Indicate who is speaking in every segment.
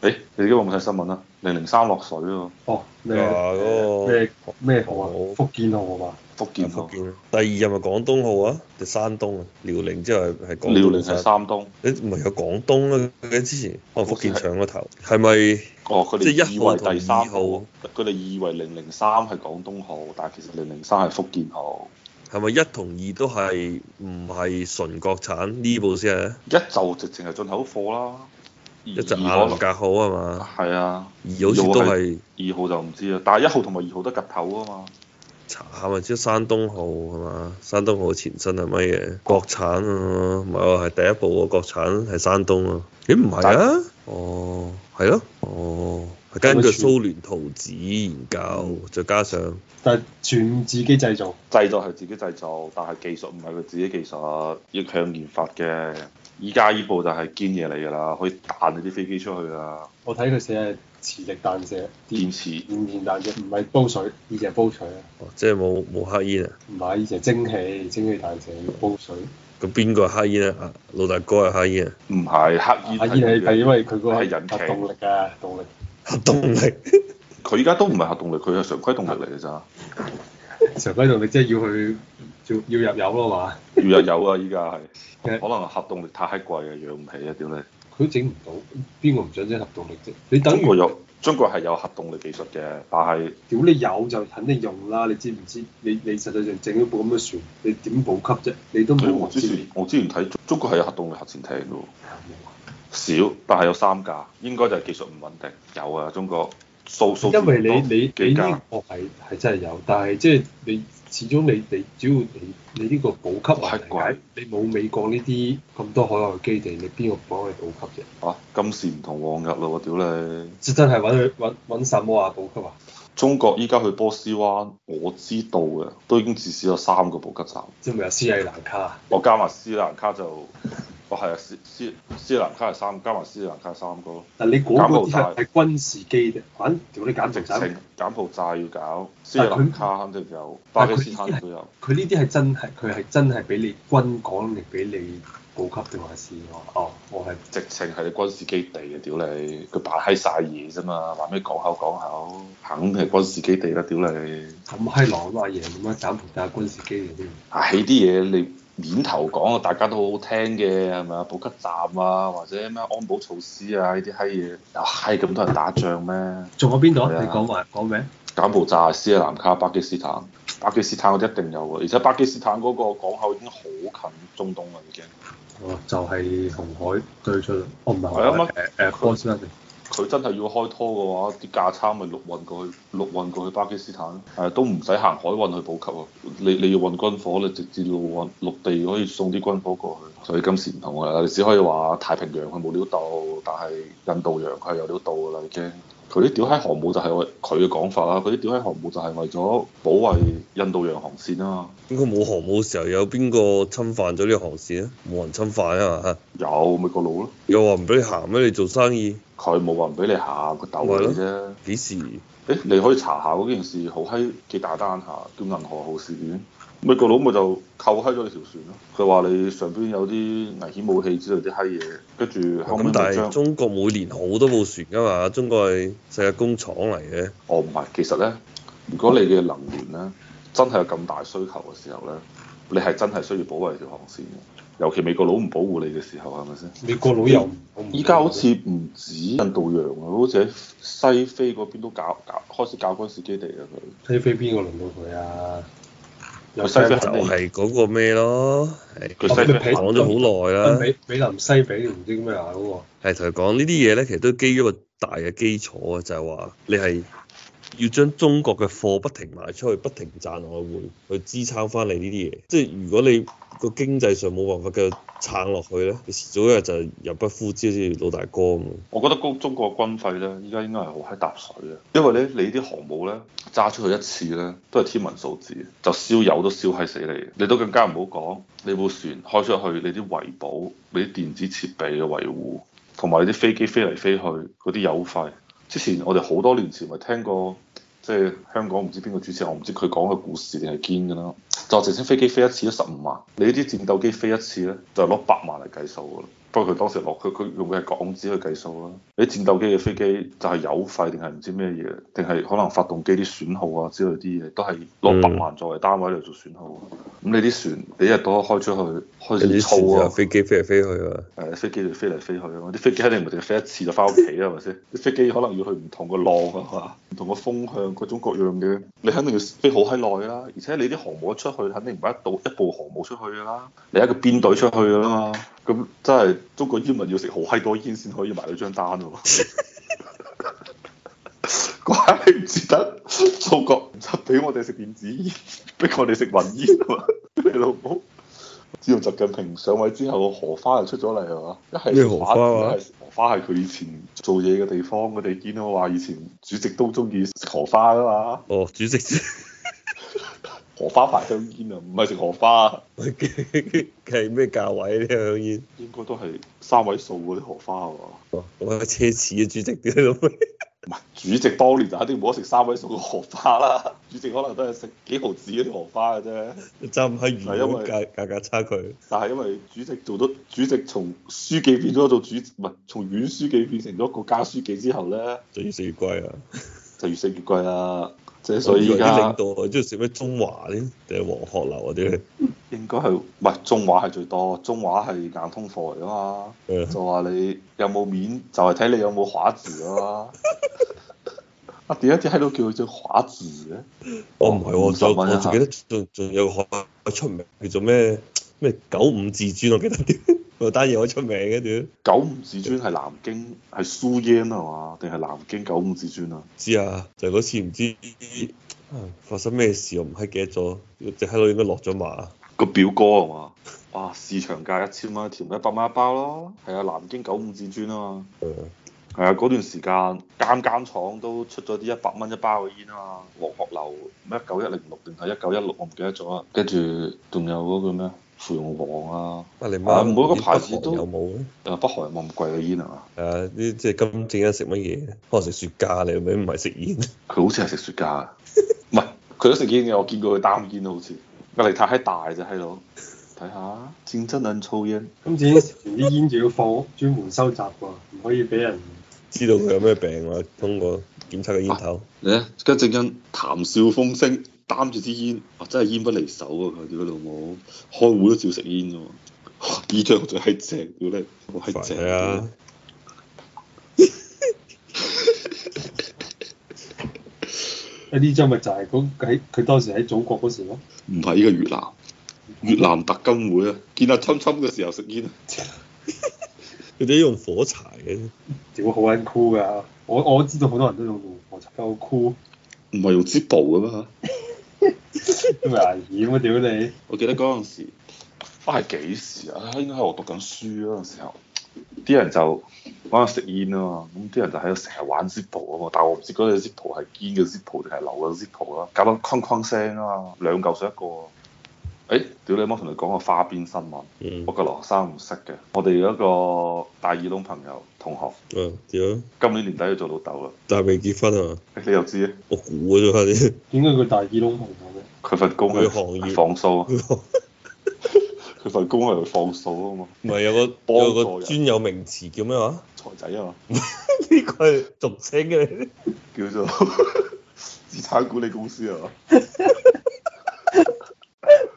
Speaker 1: 誒，你今日有冇睇新聞啊？零零三落水喎，
Speaker 2: 哦，咩
Speaker 3: 啊嗰個
Speaker 2: 咩咩號啊
Speaker 3: 好？
Speaker 2: 福建號啊嘛，
Speaker 1: 福
Speaker 3: 建
Speaker 1: 建
Speaker 3: 福
Speaker 1: 福
Speaker 3: 建。第二任係廣東號啊，定山東啊？遼寧之後係係廣東。
Speaker 1: 遼寧係山東，
Speaker 3: 誒唔係有廣東啊？嘅之前可能福建搶咗頭，係咪？
Speaker 1: 哦，佢
Speaker 3: 即係
Speaker 1: 哋
Speaker 3: 一
Speaker 1: 以
Speaker 3: 號
Speaker 1: 為
Speaker 3: 同
Speaker 1: 第三
Speaker 3: 二
Speaker 1: 號，
Speaker 3: 號
Speaker 1: 佢哋以為零零三係廣東號，但係其實零零三係福建號。
Speaker 3: 係咪一同二都係唔係純國產呢部先係？啊
Speaker 1: 一就直情係進口貨啦，
Speaker 3: 一
Speaker 1: 一
Speaker 3: 隻
Speaker 1: 可
Speaker 3: 亞
Speaker 1: 能
Speaker 3: 龍格好啊嘛，
Speaker 1: 係啊，
Speaker 3: 二好似都係
Speaker 1: 二號就唔知啊啦，但係一號同埋二號都夾頭啊嘛。
Speaker 3: 慘啊！即係山東號係嘛？山東號前身係乜嘢？國產啊，唔係喎，係第一部喎，國產係山東啊。咦唔係啊？哦，係咯，哦，係根據蘇聯圖紙研究，再加上
Speaker 2: 但係全自己製造。
Speaker 1: 製作係自己製造，但係技術唔係佢自己技術，逆向研發嘅。依家依部就係堅嘢嚟㗎啦，可以彈你啲飛機出去啊，
Speaker 2: 我睇佢寫係磁力彈射，
Speaker 3: 嗯
Speaker 1: 電
Speaker 2: 電
Speaker 1: 池
Speaker 2: 電電彈射，唔係煲水，以前係煲水啊，
Speaker 3: 哦即係冇冇黑煙啊？
Speaker 2: 唔係以前係蒸汽，蒸汽彈射要煲水。
Speaker 3: 咁邊個係黑煙啊？啊老大哥係黑煙啊？
Speaker 1: 唔係黑煙
Speaker 2: 阿煙啊係係因為佢嗰個
Speaker 1: 係引擎
Speaker 2: 核動力啊，動力。
Speaker 3: 核動力。
Speaker 1: 佢依家都唔係核動力，佢係常規動力嚟㗎 咋。
Speaker 2: 常規動力即係要去要要入油咯嘛，
Speaker 1: 要日有啊，依家係
Speaker 2: 嘅
Speaker 1: 可能核動力太閪貴啊，養唔起啊，屌你！
Speaker 2: 佢整唔到，邊個唔想整核動力啫？你等
Speaker 1: 中
Speaker 2: 於
Speaker 1: 國有中國係有核動力技術嘅，但係
Speaker 2: 屌你有就肯定用啦，你知唔知？你你實際上整咗部咁嘅船，你點補給啫？你都
Speaker 1: 佢
Speaker 2: 冇
Speaker 1: 我
Speaker 2: 航
Speaker 1: 之
Speaker 2: 線
Speaker 1: 前我之前睇中國係有核動力核潛艇嘅喎。
Speaker 2: 冇
Speaker 1: 少，但係有三架，應該就係技術唔穩定。有啊，中國數數字
Speaker 2: 因為
Speaker 1: 多
Speaker 2: 你你你
Speaker 1: 幾
Speaker 2: 呢
Speaker 1: 架，
Speaker 2: 個係係真係有，但係即係你始終你你只要你你呢個補給
Speaker 1: 太貴
Speaker 2: 係你冇美國呢啲咁多海外基地，你邊個幫你補給啫？
Speaker 1: 啊，今時唔同往日咯喎，屌你！
Speaker 2: 即真係揾佢揾揾薩摩亞補給啊！
Speaker 1: 中國依家去波斯灣，我知道嘅都已經至少有三個補給站，
Speaker 2: 即係咪有斯里蘭卡？啊
Speaker 1: 我加埋斯里蘭卡就，哦係啊，斯斯斯里蘭卡係三，加埋斯里蘭卡係三個咯。
Speaker 2: 但你嗰個啲
Speaker 1: 柬埔
Speaker 2: 係
Speaker 1: 寨
Speaker 2: 係軍事基地，反屌你柬
Speaker 1: 直
Speaker 2: 埔寨
Speaker 1: 情。柬埔寨要搞，斯里蘭卡肯定有，巴基斯坦都有。
Speaker 2: 佢呢啲係真係，佢係真係俾你軍港嚟俾你補給定還是我哦，我係
Speaker 1: 直情係你軍事基地啊！屌你，佢擺閪晒嘢啫嘛，話咩港口港口，肯定係軍事基地啦！屌你。
Speaker 2: 咁閪狼啊嘢，咁樣柬埔寨軍事基地添。
Speaker 1: 啊，起啲嘢你面頭講啊，大家都好聽嘅，係咪啊？補給站啊，或者咩安保措施啊，呢啲閪嘢，有閪咁多人打仗咩？
Speaker 2: 仲有邊度啊？
Speaker 1: 係啊
Speaker 2: 你講埋講咩？
Speaker 1: 柬埔寨、斯里蘭卡、巴基斯坦，巴基斯坦嗰啲一定有啊嘅，而且巴基斯坦嗰個港口已經好近中東啦，已經。
Speaker 2: 哦，就係紅海對出啦。哦，唔係
Speaker 1: 係啊
Speaker 2: 紅海，誒誒波斯灣地。
Speaker 1: 佢真係要開拖嘅話，啲架撐咪陸運過去，陸運過去巴基斯坦，誒都唔使行海運去補給啊！你你要運軍火，你直接陸運陸地可以送啲軍火過去，所以今時唔同啊啦，你只可以話太平洋佢冇料到，但係印度洋佢係有料到㗎啦已經。佢啲屌閪航母就係為佢嘅講法啦，佢啲屌閪航母就係為咗保衞印度洋航線啊嘛。
Speaker 3: 應該冇航母嘅時候有邊個侵犯咗呢個航線啊？冇人侵犯啊嘛，
Speaker 1: 有美國佬咯，
Speaker 3: 又話唔俾你行咩？你做生意
Speaker 1: 佢冇話唔俾你行，佢鬥你啫。
Speaker 3: 幾時？
Speaker 1: 誒，你可以查下嗰件事，好閪幾大單下，叫銀河號事件。美國佬咪就扣閪咗你條船咯。佢話你上邊有啲危險武器之類啲閪嘢，跟住後尾
Speaker 3: 咁
Speaker 1: 咪
Speaker 3: 但係
Speaker 1: 將
Speaker 3: 中國每年好多部船㗎嘛，中國係世界工廠嚟嘅，
Speaker 1: 哦唔係，其實咧，如果你嘅能源咧真係有咁大需求嘅時候咧，你係真係需要保衞條航線嘅。尤其美國佬唔保護你嘅時候係咪先？
Speaker 2: 美國佬又唔
Speaker 1: 依家好似唔止印度洋啊，好似喺西非嗰邊都搞搞開始搞軍事基地啊佢。
Speaker 2: 西非邊個輪到佢啊？
Speaker 1: 西非
Speaker 3: 就
Speaker 1: 肯
Speaker 2: 嗯
Speaker 1: 定
Speaker 3: 係嗰個咩咯，係
Speaker 1: 佢西非
Speaker 2: 哦你
Speaker 3: 講咗好耐啦。
Speaker 2: 美美林西比定唔知咩啊嗰個。
Speaker 3: 係同佢講呢啲嘢咧，其實都基於一個大嘅基礎啊，就係話你係要將中國嘅貨不停賣出去，不停賺外匯去支撐翻你呢啲嘢。即係如果你個經濟上冇辦法繼續撐落去咧，你遲早一日就入不敷支，好似老大哥咁。
Speaker 1: 我覺得高中國軍費咧，依家應該係好閪搭水嘅，因為咧你啲航母咧揸出去一次咧，都係天文數字，就燒油都燒閪死你。你都更加唔好講，你部船開出去，你啲維保、你啲電子設備嘅維護，同埋你啲飛機飛嚟飛去嗰啲油費。之前我哋好多年前咪聽過，即係香港唔知邊個主持人，我唔知佢講嘅故事定係堅㗎啦。就直升飛機飛一次都十五萬，你啲戰鬥機飛一次咧就係攞百萬嚟計數㗎啦。不過佢當時落佢佢用嘅係港紙去計數啦。你戰鬥機嘅飛機就係油費定係唔知咩嘢，定係可能發動機啲損耗啊之類啲嘢，都係攞百萬作為單位嚟做損耗。啊咁、你啲船你一日到黑開出去，開
Speaker 3: 跟住
Speaker 1: 始
Speaker 3: 啲
Speaker 1: 燥
Speaker 3: 船
Speaker 1: 啊
Speaker 3: 就，飛機飛嚟飛去啊，
Speaker 1: 誒飛機就飛嚟飛去啊嘛，啲飛機肯定唔係淨係飛一次就翻屋企啊啦，係咪先？啲飛機可能要去唔同嘅浪啊嘛，唔同嘅風向各種各樣嘅，你肯定要飛好閪耐啦。而且你啲航母一出去，肯定唔係一到一部航母出去㗎啦，你一個編隊出去㗎啦嘛。咁真係中國煙民要食好閪多煙先可以埋到張單啊喎。 怪你唔知得中國唔俾我哋食電子煙，逼我哋食雲煙啊嘛， 你老母！自從習近平上位之後，荷花又出咗嚟係嘛？一係
Speaker 3: 咩荷花啊
Speaker 1: 一係荷花係佢以前做嘢嘅地方嘅地堅啊嘛，話以前主席都中意食荷花噶嘛，
Speaker 3: 哦，主席
Speaker 1: 荷花牌香煙啊，唔係食荷花啊，
Speaker 3: 計咩價位呢？香煙？
Speaker 1: 應該都係三位數嗰啲荷花啊嘛。
Speaker 3: 哇哦我奢侈嘅主席屌你老味，
Speaker 1: 唔係主席當年就肯定冇得食三位數嘅荷花啦， 主席可能都係食幾毫子嗰啲荷花嘅啫。
Speaker 3: 爭唔喺原本
Speaker 1: 係因為
Speaker 3: 價價格差距。
Speaker 1: 但係因為主席做咗主席，從書記變咗做主，唔係從縣書記變成咗國家書記之後咧，
Speaker 3: 就越食越貴啊！
Speaker 1: 就越食越貴啦。即係所以依
Speaker 3: 我以為啲
Speaker 1: 家
Speaker 3: 領導啊，中意食咩中華呢？定係黃鶴樓啊啲？
Speaker 1: 應該係唔係中華係最多，中華係硬通貨嚟啊嘛，
Speaker 3: 嗯
Speaker 1: 就話你有冇面就係睇你有冇畫字啊嘛。 啊點解啲喺度叫佢做畫字嘅？
Speaker 3: 哦，唔係
Speaker 1: 五
Speaker 3: 喎，
Speaker 1: 十
Speaker 3: 仲有
Speaker 1: 蚊一
Speaker 3: 我仲記
Speaker 1: 盒
Speaker 3: 得仲仲有個學校出名叫做咩咩九五至尊，我記得屌， 嗰單嘢好出名嘅屌，
Speaker 1: 九五至尊係南京係蘇煙啊嘛，定係南京九五至尊啊？
Speaker 3: 知啊，就係嗰次唔知啊發生咩事，我唔閪記得咗，只閪佬應該落咗馬，
Speaker 1: 個表哥啊嘛，哇市場價一千蚊一條，咪一百蚊一包咯，係啊南京九五至尊啊嘛，
Speaker 3: 誒
Speaker 1: 係啊嗰段時間間間廠都出咗啲一百蚊一包嘅煙啊嘛，黃鶴樓咩一九一零六定係一九一六我唔記得咗啦，跟住仲有嗰個咩芙蓉王啊，
Speaker 3: 啊你
Speaker 1: 啊
Speaker 3: 媽
Speaker 1: 每一個牌子
Speaker 3: 北韓
Speaker 1: 都
Speaker 3: 有冇咧？
Speaker 1: 誒北韓有冇咁貴嘅煙啊？
Speaker 3: 係啊，啲即係金正恩食乜嘢？可能食雪茄你咪唔係食煙。
Speaker 1: 佢好似係食雪茄 嘅，唔係佢都食煙嘅，我見過佢擔煙啊好似，壓力太閪大啫閪佬，睇下戰爭能抽煙。
Speaker 2: 咁自己食完啲煙就要放屋專門收集喎，唔可以俾人。
Speaker 3: 知道佢有咩病啊？通過檢測個煙頭，
Speaker 1: 你咧，啊跟正因談笑風生，擔住支煙，哇！真係煙不離手啊！佢屌你老母，開會都照食煙啫喎。呢張最閪正，屌你，好閪正
Speaker 3: 係啊！！
Speaker 2: 誒呢張咪就係嗰喺佢當時喺祖國嗰時咯，
Speaker 1: 唔係呢個越南，越南特金會啊，見阿侵侵嘅時候食煙啊，
Speaker 3: 佢哋用火柴嘅，
Speaker 2: 屌好撚酷㗎！我我知道好多人都用我就夠酷，
Speaker 1: 唔係用支布噶嘛。
Speaker 2: 因為危險啊！屌你，
Speaker 1: 我記得嗰陣時，啊係幾時啊？應該係我讀緊書嗰陣時候，啲人就玩食煙啊嘛，咁啲人就喺度成日玩 Zippo 啊嘛，但我唔知嗰隻 Zippo 係堅嘅 Zippo 定係流嘅 Zippo 啦，搞到哐哐聲啊嘛，兩嚿水一個啊。誒，屌你媽！同你講個花邊新聞，
Speaker 3: 嗯
Speaker 1: 我，個留學生唔識嘅，我哋有一個大耳窿朋友同學，
Speaker 3: 啊點啊？
Speaker 1: 今年年底要做老豆啦，
Speaker 3: 但係未結婚啊嘛，
Speaker 1: 誒你又知啊？
Speaker 3: 我估嘅啫嘛啲，
Speaker 2: 點解佢大耳窿紅嘅？
Speaker 1: 佢份工係
Speaker 3: 佢行業
Speaker 1: 放數啊，
Speaker 3: 唔
Speaker 1: 佢份工係放數啊嘛，
Speaker 3: 係有個
Speaker 1: 幫
Speaker 3: 有
Speaker 1: 助
Speaker 3: 個
Speaker 1: 人
Speaker 3: 專有名詞叫咩話？
Speaker 1: 財仔啊嘛。
Speaker 3: 呢個係俗稱嘅，
Speaker 1: 叫做 資產管理公司啊！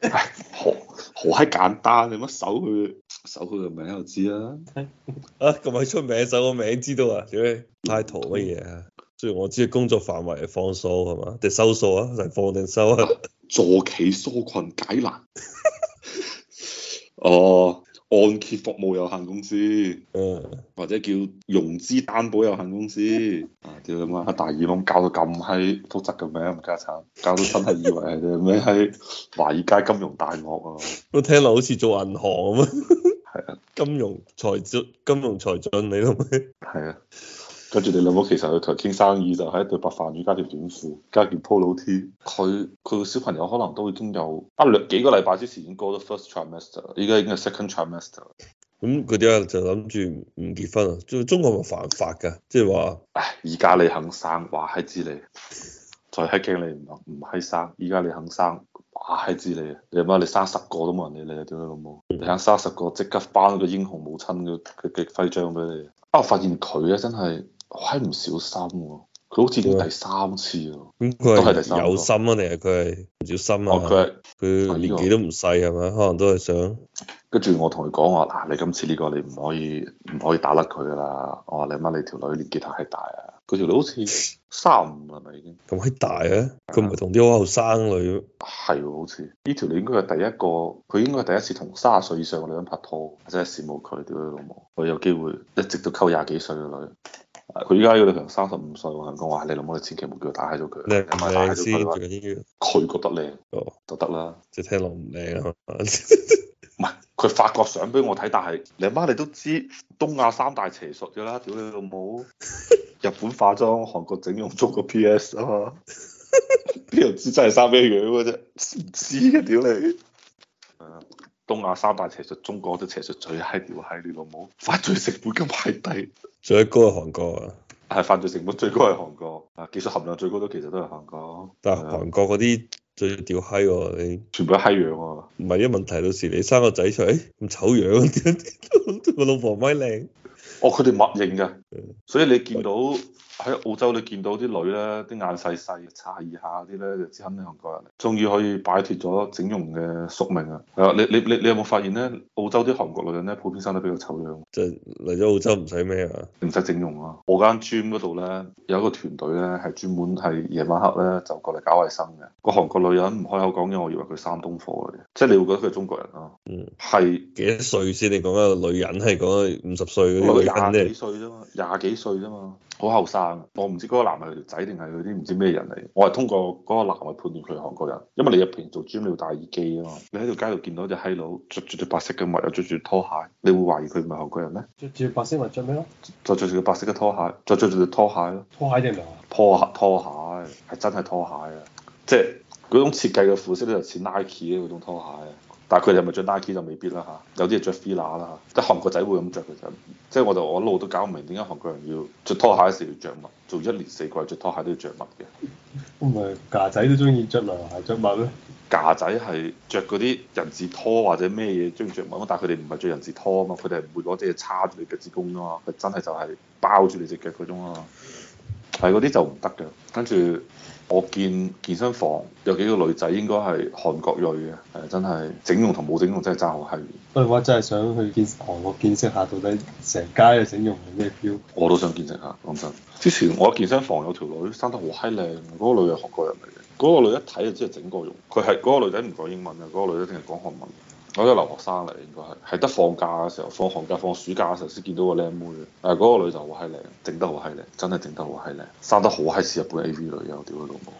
Speaker 1: 唉好好閪簡單，你乜搜佢搜佢個名就知啦。
Speaker 3: 啊咁係出名，首個名知道啊？屌你 title 乜嘢啊？雖然我知工作範圍係放數係嘛，定收數啊？定放定收 啊？
Speaker 1: 助企疏困解難。 哦，按揭服務有限公司，
Speaker 3: 嗯，
Speaker 1: 或者叫融資擔保有限公司。啊，屌你媽！大耳窿教到咁閪複雜嘅名，唔家產，教到真係以為係你咩閪華爾街金融大鱷啊！
Speaker 3: 我聽落好似做銀行咁啊，金融財進金融財進你都咩？
Speaker 1: 係啊，跟住你老母其實佢同佢傾生意就係一對白飯魚加條短褲加件 polo T。佢佢個小朋友可能都已經有啊兩幾個禮拜之前已經過咗 first trimester，依家已經係 second trimester。
Speaker 3: 咁佢哋啊就諗住唔結婚啊？中中國咪犯法㗎，即係話
Speaker 1: 唉，而家你肯生，話閪知你，再閪驚你唔唔閪生。依家你肯生，哇閪知你啊！你阿媽你生十個都冇人理你啊！屌你老母！你肯生十個，即刻頒個英雄母親嘅嘅嘅徽章俾你。啊！我發現佢咧真係閪唔小心喎，佢好似已經第三次喎。
Speaker 3: 咁
Speaker 1: 都係
Speaker 3: 佢
Speaker 1: 第三
Speaker 3: 係
Speaker 1: 個
Speaker 3: 有心啊，定係佢係唔小心啊？
Speaker 1: 哦，佢係
Speaker 3: 佢年紀都唔細係咪？可能都係想
Speaker 1: 跟住我同佢講話嗱，你今次呢個你唔可以唔可以打甩佢噶啦。我話你媽你條女年紀太大啊！佢條女好似三五係咪已經？
Speaker 3: 咁閪大啊！佢唔係同啲好後生女，
Speaker 1: 係喎，好似呢條女應該係第一個，佢應該係第一次同三十歲以上嘅女人拍拖，真係羨慕佢，屌佢老母！我有機會一直都溝廿幾歲嘅女。佢依家嘅女朋友三十五歲，我同佢講話：你老母，你千祈唔好叫佢打閪咗佢，
Speaker 3: 靚
Speaker 1: 你
Speaker 3: 唔
Speaker 1: 媽打閪
Speaker 3: 靚
Speaker 1: 咗
Speaker 3: 先
Speaker 1: 佢嘅話，
Speaker 3: 最緊要。
Speaker 1: 佢覺得靚
Speaker 3: 哦，
Speaker 1: 就得啦。
Speaker 3: 即係聽落唔靚啊嘛。
Speaker 1: 唔 係佢發個相俾我睇，但係你阿媽你都知東亞三大邪術㗎啦，屌你老 母！日本化妝、韓國整容、中國 PS 啊嘛，邊度知真係生咩樣嘅啫？唔知嘅屌你！係啊東亞三大邪術，中國啲邪術最閪屌閪你老母，犯罪成本咁閪低，
Speaker 3: 最高係韓國啊，
Speaker 1: 係犯罪成本最高係韓國，啊技術含量最高都其實都係韓國，
Speaker 3: 但係
Speaker 1: 係啊
Speaker 3: 韓國嗰啲最屌閪喎你。
Speaker 1: 全部都閪樣喎。
Speaker 3: 唔係一問題，到時你生個仔出嚟，哎咁醜樣， 點解個老婆咪靚？
Speaker 1: 哦，佢哋默認嘅，所以你見到喺澳洲你見到啲女咧，啲眼細細、搽二下嗰啲咧，就知肯定韓國人。終於可以擺脱咗整容嘅宿命啊！係啊，你你你你有冇發現咧？澳洲啲韓國女人咧，普遍生得比較醜樣，
Speaker 3: 就嚟咗澳洲唔使咩啊？
Speaker 1: 唔使整容啊！我間 gym 嗰度咧，有一個團隊咧，係專門係夜晚黑咧就過嚟搞衞生嘅。個韓國女人唔開口講嘢，我以為佢山東貨嚟嘅，即係你會覺得佢係中國人咯。
Speaker 3: 嗯，
Speaker 1: 係
Speaker 3: 幾多歲先？你講緊個女人係講緊五十歲嗰啲
Speaker 1: 啊廿
Speaker 3: 女人
Speaker 1: 幾
Speaker 3: 咧，
Speaker 1: 歲啫嘛，廿幾歲啫嘛，好後生。啊我唔知嗰個男係佢條仔定係佢啲唔知咩人嚟。我係通過嗰個男去判斷佢係韓國人，因為你入平做 gym 你要戴耳機啊嘛。你喺條街度見到隻閪佬着住對白色嘅襪，又着住拖鞋，你會懷疑佢唔係韓國人咩？
Speaker 2: 着住白色襪着咩咯？
Speaker 1: 就着住對白色嘅拖鞋，就着住對拖鞋咯，
Speaker 2: 拖鞋定涼鞋？
Speaker 1: 拖鞋拖鞋係真係拖鞋啊！即係嗰種設計嘅款式咧，就似 Nike 嘅嗰種拖鞋啊。但係佢哋係咪着 Nike 就未必啦嚇，有啲係着 fila 啦嚇，即係韓國仔會咁着嘅啫。即係我就我一路都搞唔明點解韓國人要着拖鞋時要着襪，做一年四季着拖鞋都要着襪嘅。
Speaker 2: 唔係架仔都中意着涼鞋着襪咩？
Speaker 1: 架仔係着嗰啲人字拖或者咩嘢中意着襪，但係佢哋唔係着人字拖啊嘛，佢哋係唔會攞隻嘢叉住你腳趾公啊嘛，佢真係就係包住你隻腳嗰種啊嘛。係嗰啲就唔得嘅。跟住我見健身房有幾個女仔應該係韓國裔嘅，係真係整容同冇整容真係爭好閪遠。
Speaker 2: 不過我真係想去見韓國見識下，到底成街嘅整容係咩 feel？
Speaker 1: 我都想見識下，講真。之前我喺健身房有條女生得好閪靚，嗰、個女係韓國人嚟嘅，嗰、個女一睇就知係整過容。佢係嗰個女仔唔講英文嘅，嗰、個女仔淨係講韓文。我個留學生嚟，應該係係得放假嘅時候，放寒假、放暑假嘅時候先見到個靚妹嘅。但係嗰個女就好閪靚，整得好閪靚，真係整得好閪靚，生得好閪似日本 A.V. 女優，屌佢老母！